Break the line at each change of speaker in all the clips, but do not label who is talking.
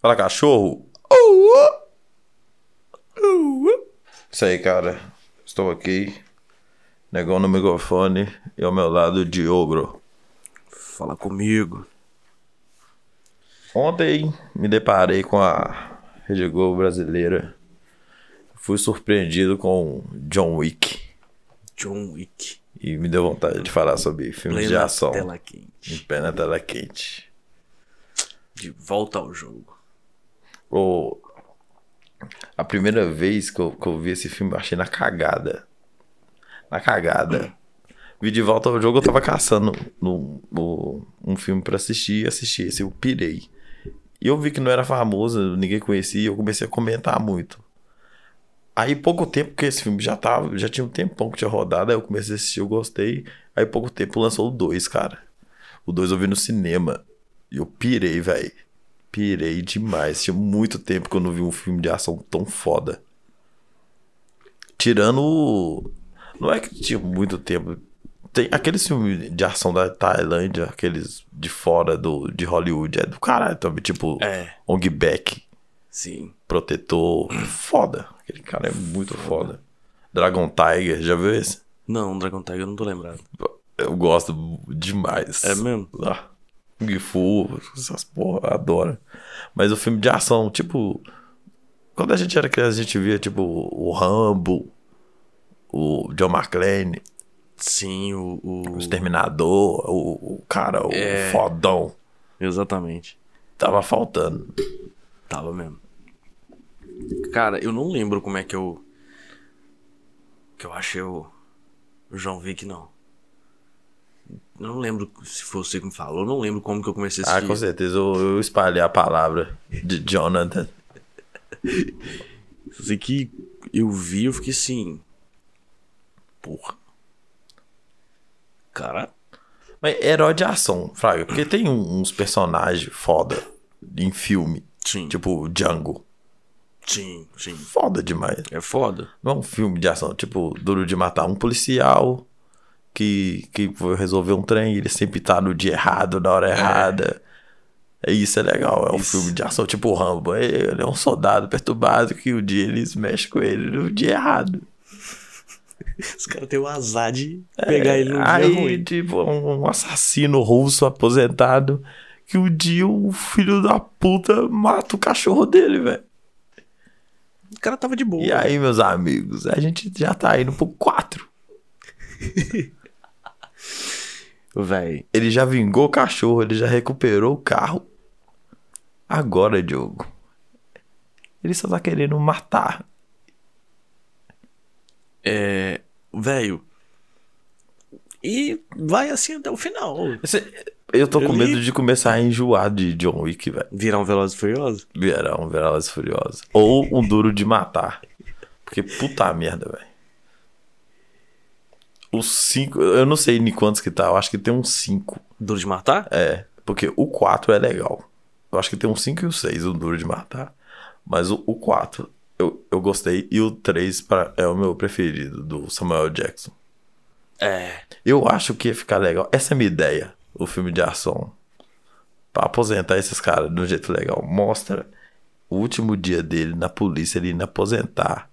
Fala cachorro. Uh, uh. Uh, Isso aí, cara. Estou aqui. Negão no microfone e ao meu lado o Diogo.
Fala comigo.
Ontem me deparei com a Rede Globo brasileira. Fui surpreendido com John Wick.
John Wick.
E me deu vontade de falar sobre filmes de
Plena
ação.
tela
Em
quente.
plena tela quente.
De volta ao jogo.
Ô, a primeira vez que eu, que eu vi esse filme, eu achei na cagada. Na cagada. Vi de volta ao jogo, eu tava caçando no, no- um filme pra assistir e assisti esse, eu pirei. E eu vi que não era famoso, ninguém conhecia, eu comecei a comentar muito. Aí pouco tempo, porque esse filme já tava, já tinha um tempão que tinha rodado, aí eu comecei a assistir, eu gostei. Aí pouco tempo lançou o 2, cara. O 2 eu vi no cinema. E eu pirei, velho. Pirei demais. Tinha muito tempo que eu não vi um filme de ação tão foda. Tirando. o- Não é que tinha muito tempo. Tem aqueles filmes de ação da Tailândia, aqueles de fora do, de Hollywood, é do caralho também. Tipo,
É.
Ong Bak,
Sim.
Protetor. Foda. Aquele cara é muito foda. Dragon Tiger, já viu esse?
Não, um Dragon Tiger eu não tô lembrado.
Eu gosto demais.
É mesmo?
Ah, Kung Fu, essas porra, eu adoro. Mas o filme de ação, tipo. Quando a gente era criança, a gente via, tipo, o Rambo, o John McClane,
Sim, o. o-
o Exterminador, o, o cara, o
É.
fodão.
Exatamente.
Tava faltando.
Tava mesmo. Cara, eu não lembro como é que eu. Que eu achei o. O John Wick, não. Eu não lembro se foi você que me falou, eu não lembro como que eu comecei a
Ah,
assistir.
com certeza, eu, eu espalhei a palavra de Jonathan.
Eu sei que eu vi, eu fiquei assim. Porra. Cara,
Mas é herói de ação, Fraga, porque tem um- uns personagens foda em filme,
sim.
tipo Django.
sim, sim.
Foda demais.
É foda.
Não é um filme de ação, tipo, duro de matar um policial que, que foi resolver um trem, ele sempre tá no dia errado, na hora errada. É. Isso é legal, é um
Isso.
filme de ação, tipo o Rambo. é- Ele é um soldado perturbado que o dia eles mexem com ele no dia errado.
Os caras têm o azar de pegar ele num
É, Aí,
dia ruim.
tipo, um um assassino russo aposentado que um dia o filho da puta mata o cachorro dele, velho.
O cara tava de boa.
E aí, meus amigos, a gente já tá indo pro 4.
Véi.
Ele já vingou o cachorro, ele já recuperou o carro. Agora, Diogo. Ele só tá querendo matar.
É. Velho. E vai assim até o final.
Esse- Eu tô com
Ele-
medo de começar a enjoar de John Wick, velho.
Virar um Veloz e Furioso?
Verão, Velas Furiosas. Ou um duro de matar. Porque puta merda, velho. Os cinco. Eu não sei nem quantos que tá. Eu acho que tem uns cinco.
Duro de matar?
É, porque o 4 é legal. Eu acho que tem um 5 e um 6, o Duro de Matar. Mas o, o 4 eu, eu gostei e o 3 pra, é o meu preferido, do Samuel Jackson.
É.
Eu acho que ia ficar legal. Essa é a minha ideia, o filme de ação. Pra aposentar esses caras de um jeito legal. Mostra o último dia dele na polícia, ele indo aposentar.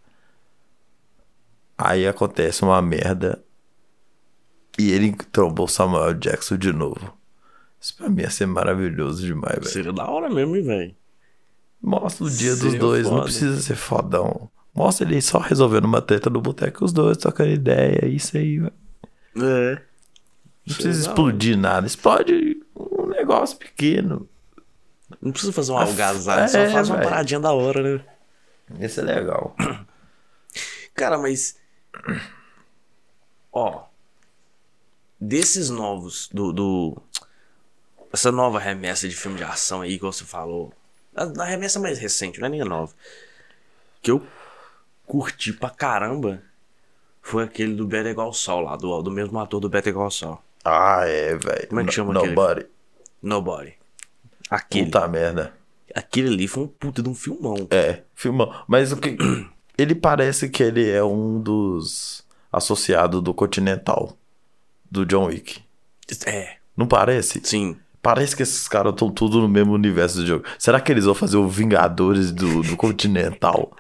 Aí acontece uma merda. E ele trombou o Samuel Jackson de novo. Isso pra mim ia ser maravilhoso demais, velho.
Seria da hora mesmo, hein, velho?
Mostra o dia dos
Seria
dois, não
foda.
precisa ser fodão. Mostra ele só resolvendo uma treta no boteco, os dois trocando ideia, isso aí. velho.
É.
Não precisa
da
explodir nada, explode um negócio pequeno.
Não precisa fazer uma algazarra,
é,
só faz uma
véi.
paradinha da hora, né?
Isso é legal.
Cara, mas. Ó. Desses novos, do, do- Essa nova remessa de filme de ação aí, igual você falou. A, a remessa mais recente, não é nem a nova. Que eu curti pra caramba. Foi aquele do Better Igual Sol lá, do, do mesmo ator do Better Igual Sol.
Ah, é, velho.
Como é que chama
No-
aquele?
Nobody.
Nobody. Aquele.
Puta merda.
Aquele ali foi um puta de um filmão.
É, filmão. Mas o que. ele parece que ele é um dos associados do Continental, do John Wick.
É,
Não parece?
sim.
Parece que esses caras estão tudo no mesmo universo do jogo. Será que eles vão fazer o Vingadores do, do Continental?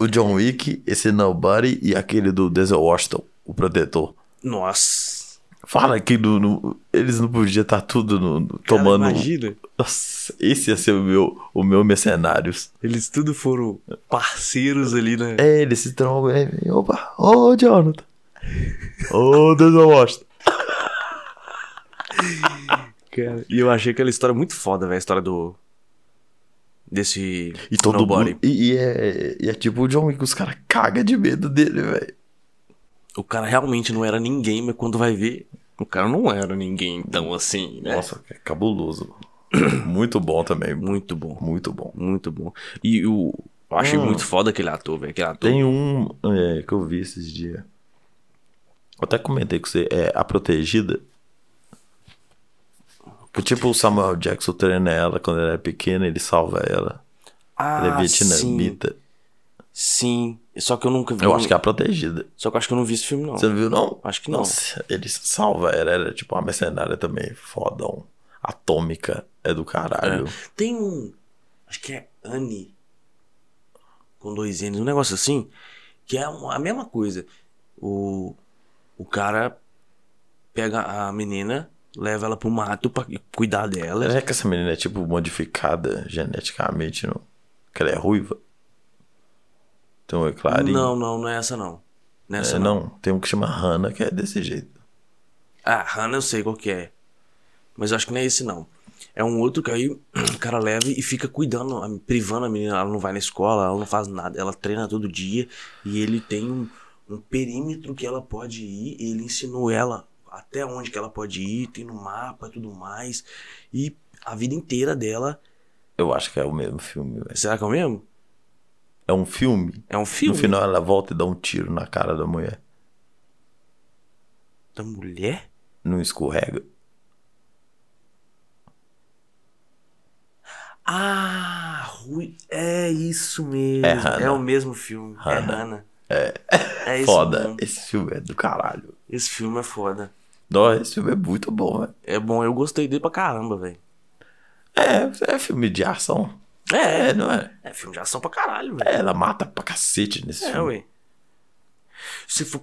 O John Wick, esse Nobody e aquele do Denzel Washington, o protetor.
Nossa.
Fala que no, no- eles não podiam estar tudo no- no- tomando. um
Cara, imagina.
Nossa, esse ia ser o meu, o meu mercenários.
Eles tudo foram parceiros ali, né?
É, eles se trombam. é, Opa, ô Jonathan. Ô Denzel Washington.
Cara, E eu achei aquela história muito foda, velho. A história do. Desse.
E todo
Nobody.
mundo. E, e é, e é tipo o John Wick, os caras cagam de medo dele, velho.
O cara realmente não era ninguém, mas quando vai ver. O cara não era ninguém, então, assim, né?
Nossa, é cabuloso. Muito bom também.
Muito bom.
Muito bom.
Muito bom. E o. Eu achei muito foda aquele ator, velho. Aquele ator.
Tem um é, que eu vi esses dias. Eu até comentei com você. É A Protegida. Que tipo o Samuel Jackson treina ela quando ela é pequena, ele salva ela. Ela é
Ah, sim.
vietnamita.
Sim. Só que eu nunca vi. um
Eu acho que é A Protegida.
Só que eu acho que eu não vi esse filme, não.
Você não viu, não?
Acho que não.
Nossa, ele salva ela. Ela é tipo uma mercenária também. Fodão. Atômica. É do caralho.
Tem um. Acho que é Annie. Com dois N's, um negócio assim. Que é um- a mesma coisa. O, o cara pega a menina, leva ela pro mato pra cuidar dela.
Será que essa menina é tipo modificada geneticamente, não? Que ela é ruiva? Tem um olho clarinho?
Não, não, não é essa não. Não é essa
É,
não.
não, tem um que chama Hannah que é desse jeito.
Ah, Hannah eu sei qual que é. Mas eu acho que não é esse não. É um outro que aí o cara leva e fica cuidando, a- privando a menina. Ela não vai na escola, ela não faz nada, ela treina todo dia e ele tem um, um perímetro que ela pode ir. E ele ensinou ela até onde que ela pode ir, tem no mapa e tudo mais. E a vida inteira dela.
Eu acho que é o mesmo filme, velho.
Será que é o mesmo?
É um filme.
É um
No
filme
final ela volta e dá um tiro na cara da mulher.
da mulher?
Não escorrega.
Ah, Rui, é isso mesmo.
É
É,
Hannah.
o mesmo filme. É Hannah. É. isso
Foda.
mesmo.
Esse filme é do caralho.
Esse filme é foda.
Nossa, esse filme é muito bom, velho.
É bom, eu gostei dele pra caramba, velho.
É, é filme de ação.
É,
É, não é?
é filme de ação pra caralho, velho.
É, Ela mata pra cacete nesse
É,
filme.
ué. Se, for-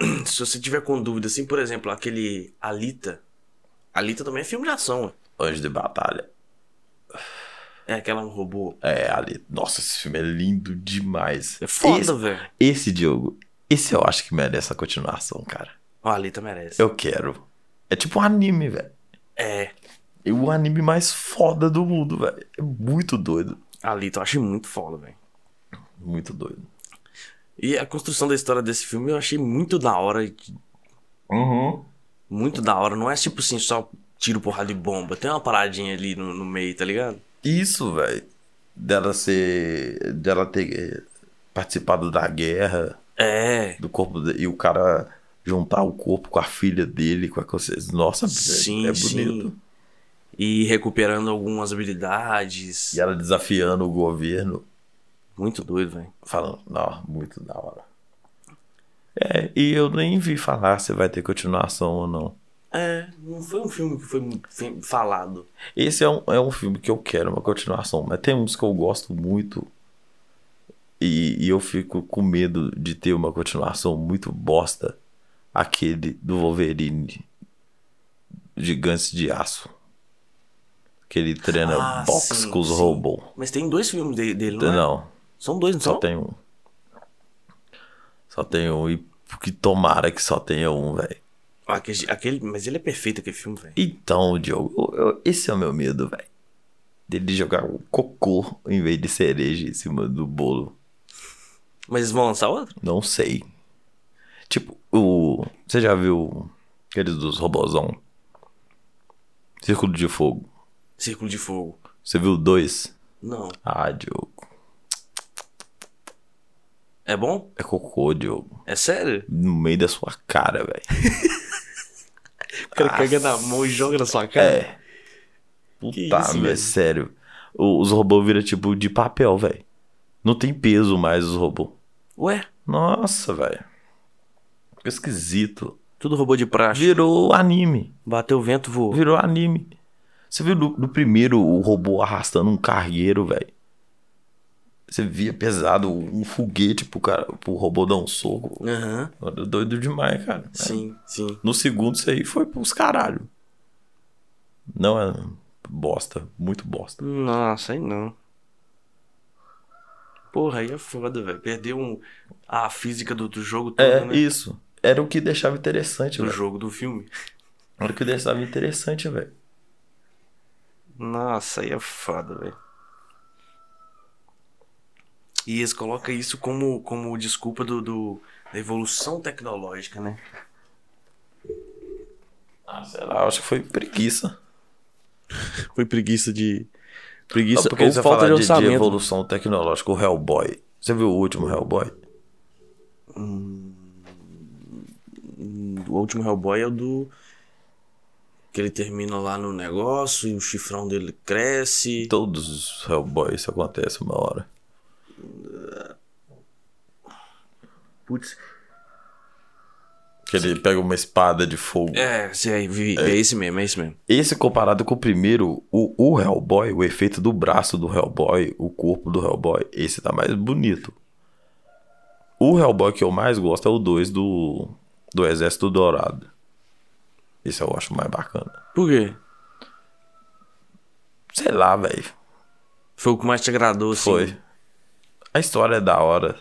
se você tiver com dúvida, assim, por exemplo, aquele Alita. Alita também é filme de ação, ué.
Anjo de Batalha.
É aquela robô.
É, ali. Nossa, esse filme é lindo demais.
É foda,
Esse-
velho.
Esse Diogo, esse eu acho que merece a continuação, cara.
O Alita merece.
Eu quero. É tipo um anime, velho.
É,
É o anime mais foda do mundo, velho. É muito doido.
Alita eu achei muito foda, velho.
Muito doido.
E a construção da história desse filme eu achei muito da hora.
Uhum.
Muito da hora. Não é tipo assim, só tiro, porrada e bomba. Tem uma paradinha ali no, no meio, tá ligado?
Isso, velho. Dela ser. dela ter eh, participado da guerra,
É.
do corpo. de- e o cara juntar o corpo com a filha dele, com a consciência. Nossa,
Sim,
velho. É bonito.
sim. E recuperando algumas habilidades.
E ela desafiando o governo,
Muito doido, velho.
falando, não, muito da hora. É, e eu nem vi falar se vai ter continuação ou não.
É, não foi um filme que foi muito fe- falado.
Esse é um, é um filme que eu quero uma continuação, mas tem uns que eu gosto muito e, e eu fico com medo de ter uma continuação muito bosta. Aquele do Wolverine, Gigantes de Aço, que ele treina
Ah,
boxe
sim,
com os
sim.
robôs.
Mas tem dois filmes de- dele, não, é?
Não,
São dois, não
só
são?
tem um. Só tem um e que tomara que só tenha um, velho.
Aquele, aquele- mas ele é perfeito, aquele filme, velho.
Então, Diogo, eu- eu- esse é o meu medo, velho. Dele jogar o cocô em vez de cereja em cima do bolo.
Mas eles vão lançar outro?
Não sei. Tipo, o. Você já viu aqueles dos robozão? Círculo de Fogo.
Círculo de Fogo.
Você viu dois?
Não.
Ah, Diogo.
É bom?
É cocô, Diogo.
É sério?
No meio da sua cara, velho.
O cara pega na mão e joga na sua cara?
É.
Que
Puta,
isso,
meu, é
velho?
sério. O- Os robôs viram tipo de papel, velho. Não tem peso mais os robôs.
Ué?
Nossa, velho. Esquisito.
Tudo robô de praxe.
Virou anime.
Bateu o vento, voou.
Virou anime. Você viu do, do primeiro o robô arrastando um cargueiro, velho? Você via pesado um foguete pro, cara, pro robô dar um soco.
Aham.
Era Doido demais, cara.
Sim, sim.
No segundo, isso aí foi pros caralho. Não é bosta. Muito bosta.
Nossa, aí não. Porra, aí é foda, velho. Perdeu um... a física do, do jogo todo,
É,
né?
isso. Era o que deixava interessante,
Do
velho.
jogo, do filme.
Era o que deixava interessante, velho.
Nossa, aí é foda, velho. E eles colocam isso como, como desculpa do, do- da evolução tecnológica, né?
Ah, sei lá, eu acho que foi preguiça.
Foi preguiça de. Preguiça
Ah, porque você falar de, de evolução tecnológica, o Hellboy. Você viu o último Hellboy?
O último Hellboy é o do. Que ele termina lá no negócio e o chifrão dele cresce.
Todos os Hellboys isso acontece uma hora.
Putz.
Que ele pega uma espada de fogo.
É, esse aí, vi. É. esse mesmo, é esse mesmo.
Esse comparado com o primeiro, o, o Hellboy, o efeito do braço do Hellboy, o corpo do Hellboy, esse tá mais bonito. O Hellboy que eu mais gosto é o 2 do, do Exército Dourado. Esse eu acho mais bacana.
Por quê?
Sei lá, velho.
Foi o que mais te agradou, assim.
Foi. A história é da hora.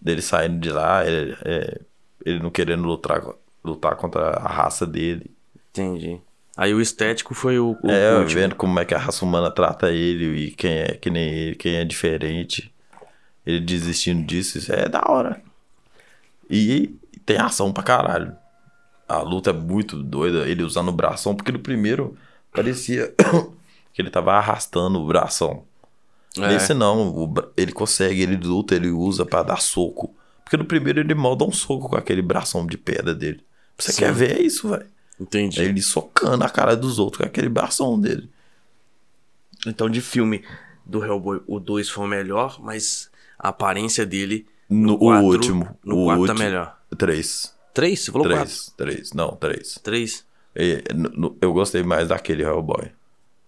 Dele saindo de lá, ele, é, ele não querendo lutar, co- lutar contra a raça dele.
Entendi. Aí o estético foi o. o
É,
último.
vendo como é que a raça humana trata ele e quem é que nem ele, quem é diferente. Ele desistindo disso, isso é da hora. E tem ação pra caralho. A luta é muito doida, ele usando o bração, porque no primeiro parecia que ele tava arrastando o bração.
É.
Nesse não, o bra- ele consegue, ele luta, ele usa pra dar soco. Porque no primeiro ele mal dá um soco com aquele bração de pedra dele. Você
Sim.
quer ver é isso, velho.
Entendi.
Ele socando a cara dos outros com aquele bração dele.
Então, de filme do Hellboy, o 2 foi o melhor, mas a aparência dele.
No,
quatro-
o último.
No
o
4 tá
último,
melhor.
Três.
3? Você falou 4?
três. Três. Não, três.
3?
E, no- no- eu gostei mais daquele Hellboy.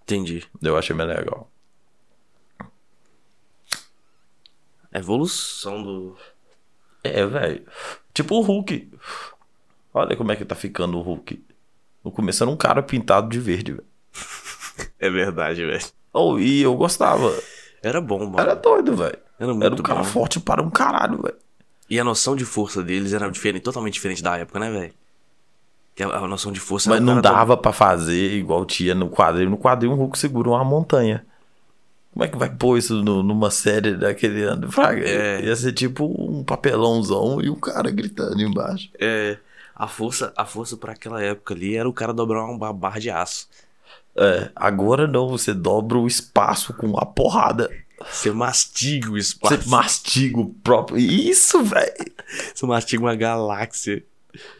Entendi.
Eu achei mais legal.
A evolução do.
É, velho. Tipo o Hulk. Olha como é que tá ficando o Hulk. No começo era um cara pintado de verde, velho.
É verdade, velho.
Oh, e eu gostava.
Era bom, mano.
Era doido, velho.
Era muito
Era um cara
bom.
forte para um caralho, velho.
E a noção de força deles era diferente, totalmente diferente da época, né, velho? Que A, a noção de força
Mas
era o
não
cara
dava pra fazer igual tinha no quadrinho. No quadrinho, o Hulk segura uma montanha. Como é que vai pôr isso no- numa série daquele ano? Fraga,
É.
ia ser tipo um papelãozão e um cara gritando embaixo.
do- É. A força, a força para aquela época ali era o cara dobrar uma barra de aço.
É, agora não, você dobra o espaço com uma porrada.
Você mastiga o espaço.
Você mastiga o próprio. Isso, velho!
Você mastiga uma galáxia.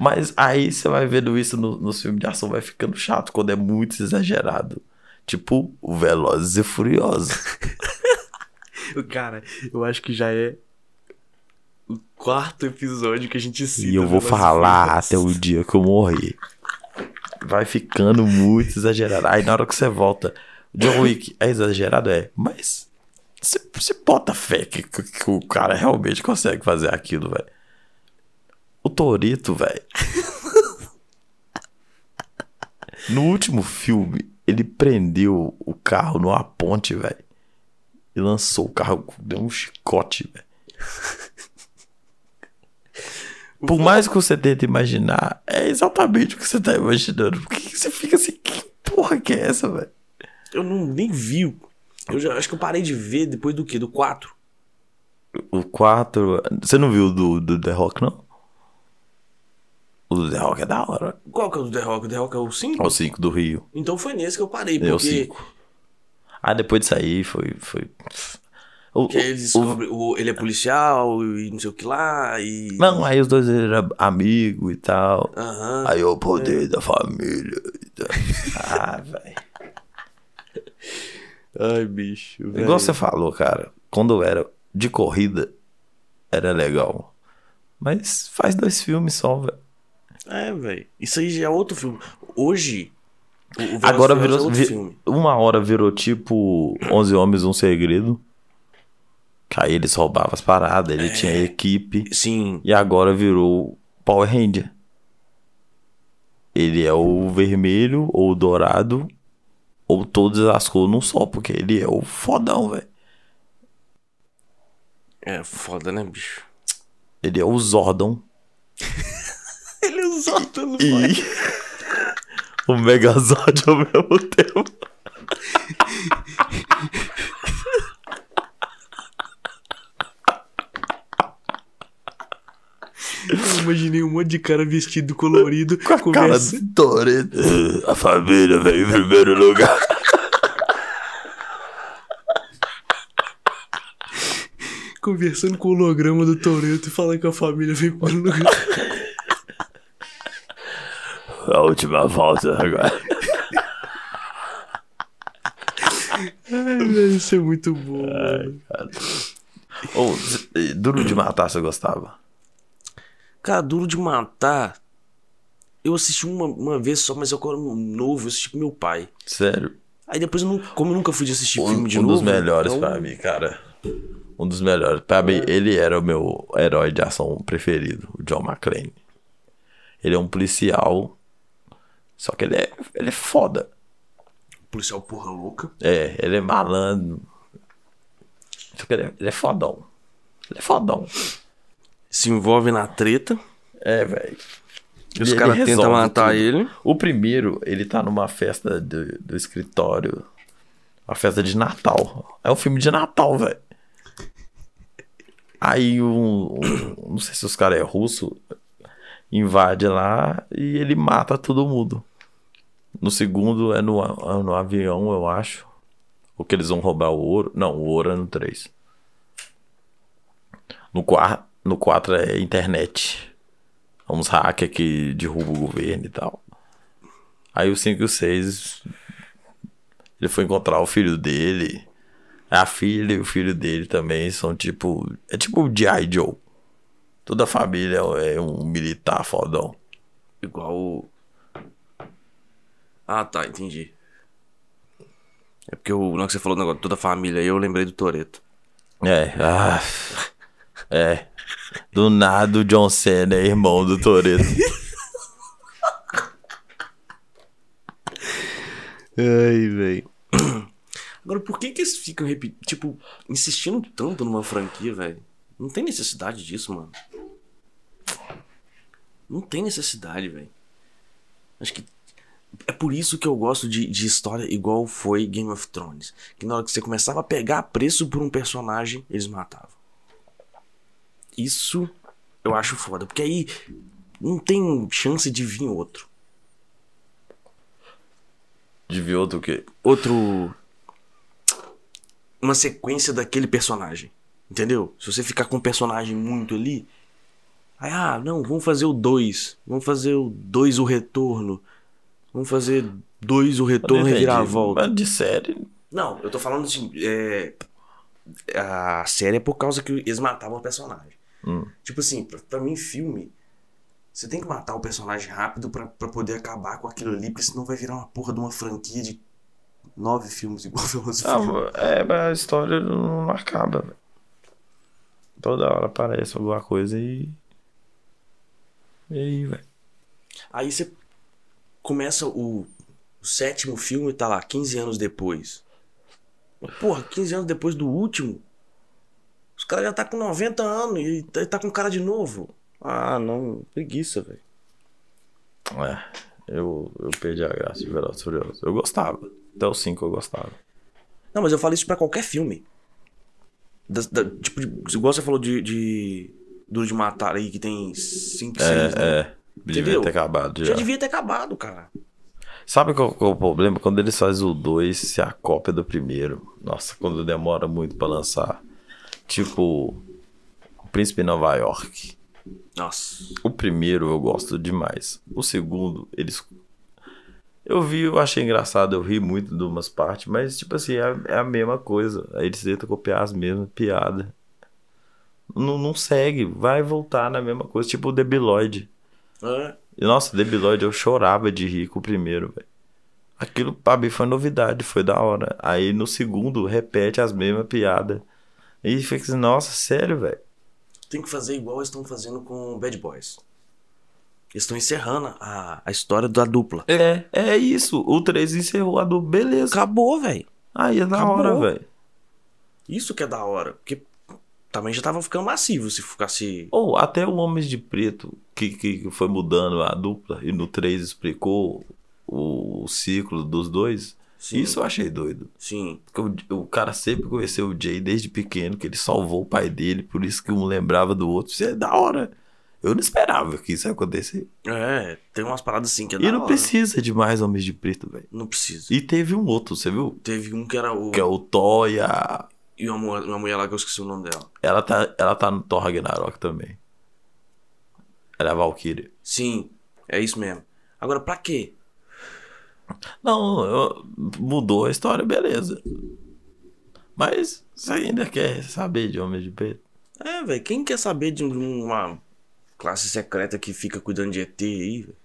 Mas aí você vai vendo isso no- nos filmes de ação, vai ficando chato quando é muito exagerado. Tipo, o Velozes e Furiosos.
Cara, eu acho que já é o quarto episódio que a gente cita.
E eu vou
Velozes
falar
Furiosos.
até o dia que eu morrer. Vai ficando muito exagerado. Aí na hora que você volta, John Wick é exagerado? É, mas você você bota fé que, que- que o cara realmente consegue fazer aquilo, velho. O Torito, velho. No último filme, ele prendeu o carro numa ponte, velho. E lançou o carro, deu um chicote, velho. Por mais que você tente imaginar, é exatamente o que você tá imaginando. Por que que você fica assim? Que porra que é essa, velho?
Eu não, nem vi. o- Eu já, acho que eu parei de ver depois do quê? Do 4?
O 4. Você não viu o do, do The Rock, não? O do The Rock é da hora.
Qual que é o do The Rock? O The Rock é o 5?
O 5 do Rio.
Então foi nesse que eu parei,
É o
porque,
5. Ah, depois disso aí foi. foi... O,
porque ele,
o- o-
descobre, o- ele é policial e não sei o que lá e...
Não, aí os dois eram amigos e tal.
Aham.
Aí o poder da família. e tal. ah, velho.
Ai, bicho, velho.
É Igual você falou, cara, quando eu era de corrida, era legal. Mas faz dois filmes só, velho.
É, velho. Isso aí já é outro filme. Hoje. o- o Velozes
Agora
e Furiosos é
virou.
outro
vi-
filme.
Uma hora virou tipo 11 Homens, um Segredo. Que aí eles roubavam as paradas, ele tinha
É.
equipe.
Sim.
E agora virou Power Ranger. Ele é o vermelho ou o dourado. Ou todas as cores num só, porque ele é o fodão, velho.
É foda, né, bicho?
Ele é o Zordon.
Ele usou tudo.
E. o Megazord ao mesmo tempo.
Eu imaginei um monte de cara vestido colorido com a
Cara, Toreto. É, A família veio em primeiro lugar.
conversando com o holograma do Toreto e falando que a família veio para o lugar.
A última volta agora.
Isso é muito bom, mano.
Ô, cê- eh, Duro de Matar, você gostava?
Cara, Duro de Matar. Eu assisti uma, uma vez só, mas eu quando era novo, eu assisti com meu pai.
Sério?
Aí depois, eu não, como eu nunca fui de assistir
Um,
filme de
um
novo.
dos melhores
então-
pra mim, cara. Um dos melhores. Pra mim, ele era o meu herói de ação preferido, o John McClane. Ele é um policial, só que ele é, ele é foda.
Policial porra louca.
É, ele é malandro. Só que ele é, ele é fodão. Ele é fodão.
Se envolve na treta.
É, velho.
E os
ele
caras tentam
resolve
matar
tudo.
ele.
Uhum. O primeiro, ele tá numa festa do, do escritório. Uma festa de Natal. É um filme de Natal, velho. Aí um, um- Não sei se os caras é russo. Invade lá e ele mata todo mundo. No segundo é no, a- no avião, eu acho. Ou que eles vão roubar o ouro. Não, o ouro é no 3. No 4, no quatro é internet. É Uns hackers que derrubam o governo e tal. Aí o 5 e o 6. Ele foi encontrar o filho dele. A filha e o filho dele também são tipo. É tipo o G.I. Joe. Toda a família é um militar fodão.
Igual. o- Ah, tá, entendi. É porque o na hora que você falou o negócio de toda a família aí, eu lembrei do Toreto.
É. Ah, é. Do nada o John Cena é irmão do Toreto.
Ai, velho. Agora, por que que eles ficam, repi- tipo, insistindo tanto numa franquia, velho? Não tem necessidade disso, mano. Não tem necessidade, velho. Acho que é por isso que eu gosto de, de história igual foi Game of Thrones. Que na hora que você começava a pegar preço por um personagem, eles matavam. Isso eu acho foda, porque aí não tem chance de vir outro.
De ver outro que.
outro. Uma sequência daquele personagem. Entendeu? Se você ficar com um personagem muito ali. Aí, ah, não, vamos fazer o 2. Vamos fazer o 2 o retorno. Vamos fazer 2 o retorno e virar a volta.
Mas de série.
Não, eu tô falando assim. É... A série é por causa que eles matavam o personagem. Tipo assim, pra, pra mim, filme. Você tem que matar o personagem rápido pra, pra poder acabar com aquilo ali, porque senão vai virar uma porra de uma franquia de nove filmes igual Velozes e
Ah,
Furiosos.
é, mas a história não, não acaba. velho. Toda hora aparece alguma coisa e. E aí, velho.
Aí você começa o, o sétimo filme e tá lá, 15 anos depois. Porra, 15 anos depois do último. Os caras já tá com 90 anos e tá, tá com cara de novo. Ah, não, preguiça, velho.
É, eu, eu perdi a graça de Velozes e Furiosos. Eu gostava. Até o 5 eu gostava.
Não, mas eu falo isso pra qualquer filme. Da- da- tipo, de, igual você falou de, de Duro de Matar aí, que tem 5, 6.
É, é. Devia
Entendeu?
ter acabado
Já
já.
devia ter acabado, cara.
Sabe qual, qual é o problema? Quando eles fazem o 2, se a cópia é do primeiro. Nossa, quando demora muito pra lançar. Tipo, o Príncipe em Nova York.
Nossa.
O primeiro eu gosto demais. O segundo, eles. Eu vi, eu achei engraçado, eu ri muito de umas partes, mas tipo assim, é, é a mesma coisa. Aí eles tentam copiar as mesmas piadas. Não, não segue, vai voltar na mesma coisa, tipo o Debiloid.
É.
E, nossa, Debiloid, eu chorava de rir com o primeiro, velho. Aquilo pra mim foi novidade, foi da hora. Aí no segundo, repete as mesmas piadas. E fica assim, nossa, sério, velho.
Tem que fazer igual eles estão fazendo com Bad Boys. Eles estão encerrando a, a história da dupla.
É, é isso. O 3 encerrou a do beleza.
Acabou, velho.
Aí é da
Acabou.
hora, velho.
Isso que é da hora. Porque também já tava ficando massivo se ficasse.
Ou até o Homens de Preto, que, que que foi mudando a dupla, e no 3 explicou o, o ciclo dos dois.
Sim.
Isso eu achei doido.
assim. Sim.
Porque o, o cara sempre conheceu o Jay desde pequeno, que ele salvou o pai dele, por isso que um lembrava do outro. Isso é da hora. Eu não esperava que isso ia acontecer.
É, tem umas paradas assim que é da
E não
hora.
precisa de mais Homens de Preto, velho.
Não precisa.
E teve um outro, você viu?
Teve um que era o.
Que é o Thor e a...
E uma, mu- uma mulher lá que eu esqueci o nome dela.
Ela tá, ela tá no Thor Ragnarok também. Ela é a Valkyria.
Sim, é isso mesmo. Agora, pra quê?
Não, eu- mudou a história, beleza. Mas você ainda quer saber de Homem de Preto?
É, velho, quem quer saber de um- uma classe secreta que fica cuidando de ET aí, velho?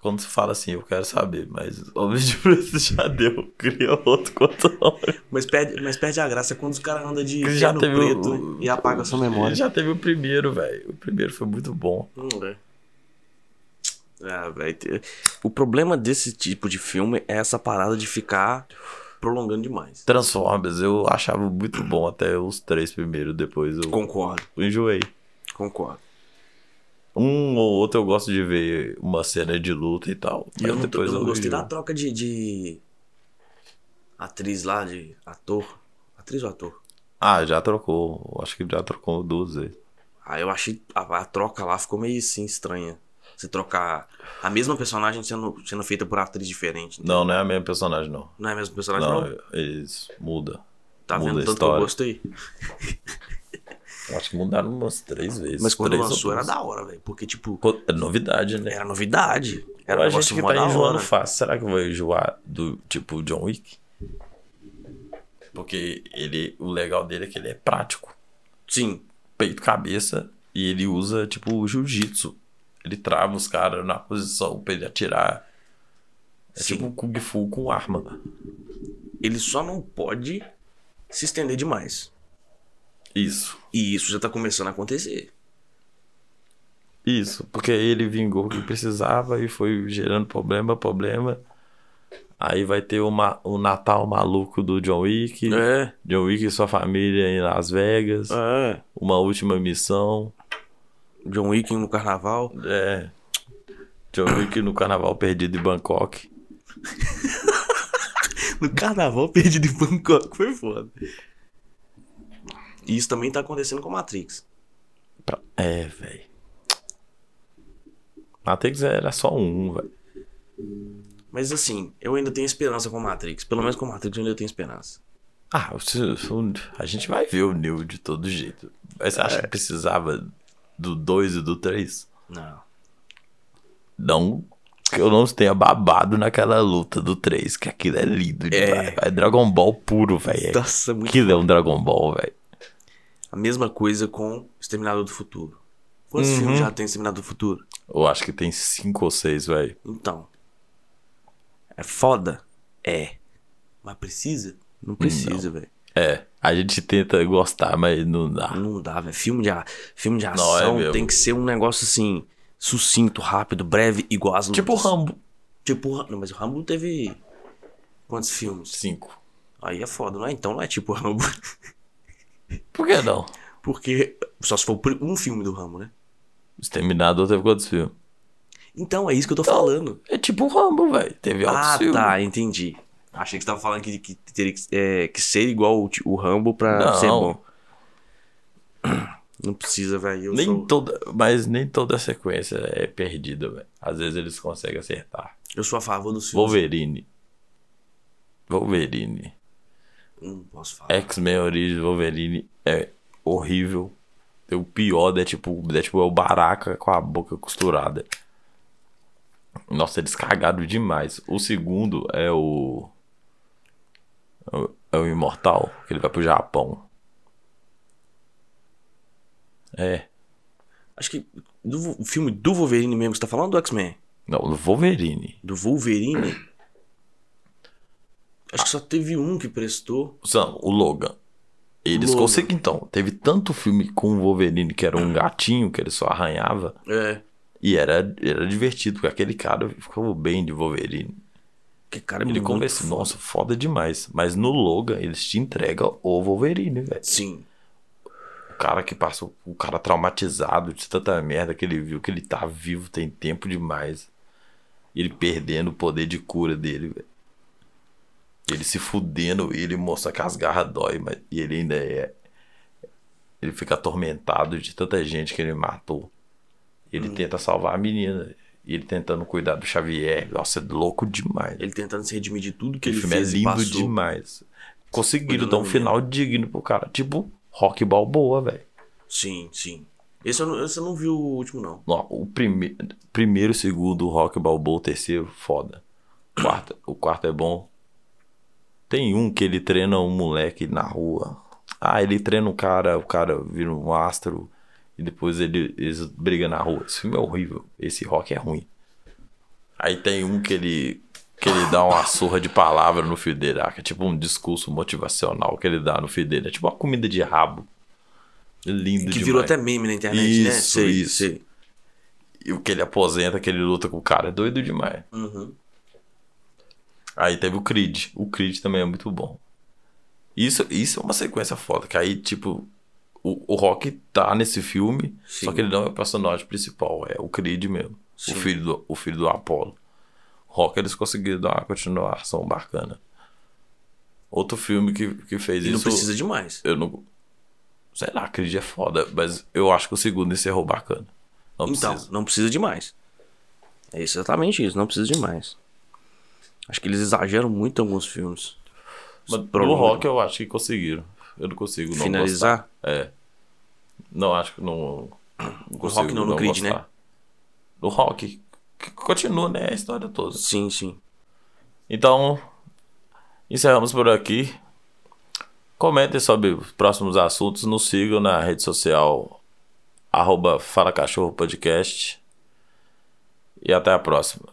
Quando você fala assim, eu quero saber, mas Homem de Preto já deu, cria outro controle.
Mas perde, mas perde a graça quando os caras andam de
Ele já
terno
teve
preto
o-
e apaga sua memória.
Já teve o primeiro, velho. O primeiro foi muito bom.
Hum, é. Ah, velho. te- O problema desse tipo de filme é essa parada de ficar prolongando demais.
Transformers, eu achava muito bom até os três primeiros, depois eu
Concordo,
enjoei.
concordo.
Um ou outro eu gosto de ver uma cena de luta e tal.
E eu não,
depois
eu não gostei
enjoo.
da troca de, de atriz lá, de ator. Atriz ou ator?
Ah, já trocou. Acho que já trocou duas vezes.
Ah, eu achei a, a troca lá ficou meio assim estranha. Você trocar a mesma personagem sendo, sendo feita por atriz diferente.
Não, não é a mesma personagem, não.
Não é a mesma personagem, não.
Não, eles mudam.
Tá
muda
vendo
a
tanto que eu
história.
gostei?
Eu Acho que mudaram umas três vezes.
Mas quando
três
lançou
ou
era
duas.
da hora, velho. Porque, tipo,
Co- É novidade, né?
era novidade. Era um
a gente
negócio
que
mó
tá
da
enjoando
hora.
fácil. Será que eu vou enjoar do tipo John Wick? Porque ele, o legal dele é que ele é prático.
Sim,
Peito, cabeça. E ele usa, tipo, o jiu-jitsu. Ele trava os caras na posição pra ele atirar. É
Sim.
tipo um Kung Fu com arma.
ele só não pode se estender demais.
Isso.
E isso já tá começando a acontecer.
Isso, porque ele vingou o que precisava e foi gerando problema, problema. Aí vai ter o, ma- o Natal maluco do John Wick.
É,
John Wick e sua família em Las Vegas.
é.
Uma última missão.
John Wick no carnaval.
É. John Wick no carnaval perdido em Bangkok.
No carnaval perdido em Bangkok foi foda. E isso também tá acontecendo com Matrix.
Pra- É, velho. Matrix era só um, velho.
Mas assim, eu ainda tenho esperança com Matrix. Pelo menos com Matrix eu ainda tenho esperança.
Ah, se- se- a gente vai ver o Neo de todo jeito. Mas você acha
É.
que precisava do 2 e do 3?
Não.
Não que eu não tenha babado naquela luta do 3, que aquilo é lindo demais. É, Dragon Ball puro, velho.
Nossa, muito.
Aquilo é um Dragon Ball, velho.
A mesma coisa com Exterminador do Futuro. Quantos
Uhum.
filmes já tem Exterminador do Futuro?
Eu acho que tem 5 ou 6, velho.
Então. É foda? É. Mas precisa? Não precisa, velho.
É, a gente tenta gostar, mas não dá.
Não dá, velho. Filme de, a- filme de
Não, é
ação
mesmo.
tem que ser um negócio assim, sucinto, rápido, breve, igual as
Tipo o
lutas.
Rambo.
Tipo o Rambo. Não, mas o Rambo teve. Quantos filmes?
5.
Aí é foda, não é? Então não é tipo o Rambo.
Por que não?
Porque. Só se for o pri- um filme do Rambo, né?
Exterminador teve quantos filmes?
Então é isso que eu tô falando.
É tipo o Rambo, velho. Teve altos
Ah,
filmes.
tá, entendi. Achei que você tava falando que, que teria que, é, que ser igual o, ti- o Rambo pra
Não.
ser bom. Não precisa, velho. Eu
Nem
sou,
toda, mas nem toda sequência é perdida, velho. Às vezes eles conseguem acertar.
eu sou a favor dos filmes.
Wolverine. Wolverine.
Não posso falar.
X-Men Origins Wolverine é horrível. Tem O pior é tipo, é tipo é o Baraka com a boca costurada. Nossa, eles cagaram demais. O segundo é o. é o- É o Imortal, que ele vai pro Japão. É.
Acho que. Do Vo- o filme do Wolverine mesmo, você tá falando do X-Men?
Não, do Wolverine.
Do Wolverine? Acho que só teve um que prestou.
Não, o Logan. Eles
Logan.
conseguem, então. Teve tanto filme com o Wolverine que era um gatinho que ele só arranhava.
É.
E era, era divertido, porque aquele cara ficou bem de Wolverine.
Que cara é
Ele
muito
conversa,
foda.
nossa, foda demais. Mas no Logan, eles te entregam o Wolverine, velho.
Sim.
O cara que passou, o cara traumatizado de tanta merda que ele viu, que ele tá vivo tem tempo demais. Ele perdendo o poder de cura dele, velho. Ele se fudendo, ele mostra que as garras dói, mas e ele ainda é. Ele fica atormentado de tanta gente que ele matou. Ele
Hum.
tenta salvar a menina. E ele tentando cuidar do Xavier. Nossa, é louco demais.
Ele tentando se redimir de tudo que
Aquele
ele
filme é
fez e
lindo
passou.
demais. Conseguiram
Coisa
dar um
linda.
final digno pro cara. Tipo, rock balboa, velho.
Sim, sim. Esse eu, não, esse eu não vi o último, não.
Ó, O prime... primeiro, segundo, rock balboa, o terceiro, foda. O quarto, o quarto é bom. Tem um que ele treina um moleque na rua. Ah, ele treina um cara, o cara vira um astro. E depois ele, eles brigam na rua. Esse filme é horrível. Esse rock é ruim. Aí tem um que ele. Que ele dá uma surra de palavra no filho dele, ah, que é tipo um discurso motivacional que ele dá no filho dele. É tipo uma comida de rabo. É Lindo
Que
demais.
virou até meme na internet, né?
Isso,
Sei,
isso.
sei.
E o que ele aposenta, que ele luta com o cara. É doido demais.
Uhum.
Aí teve o Creed. O Creed também é muito bom. Isso, isso é uma sequência foda. Que aí, tipo, o, o Rock tá nesse filme,
Sim.
só que ele não é o personagem principal, é o Creed mesmo.
Sim.
O filho, do, o filho do Apollo. O Rock eles conseguiram dar uma continuação bacana. Outro filme que, que fez
E não
isso.
precisa de mais.
Eu não. Sei lá, Creed é foda, mas eu acho que o segundo encerrou bacana. Não
então,
precisa.
não precisa de mais. É exatamente isso, não precisa de mais. Acho que eles exageram muito em alguns filmes.
Mas no
Prolonga.
rock eu acho que conseguiram. Eu não consigo não
Finalizar?
gostar. É. Não, acho que não. não consigo
rock não, no Creed, né?
No rock. que Continua, né? A história toda.
Sim, sim.
Então, encerramos por aqui. Comentem sobre os próximos assuntos. Nos sigam na rede social arroba Fala Cachorro Podcast. E até a próxima.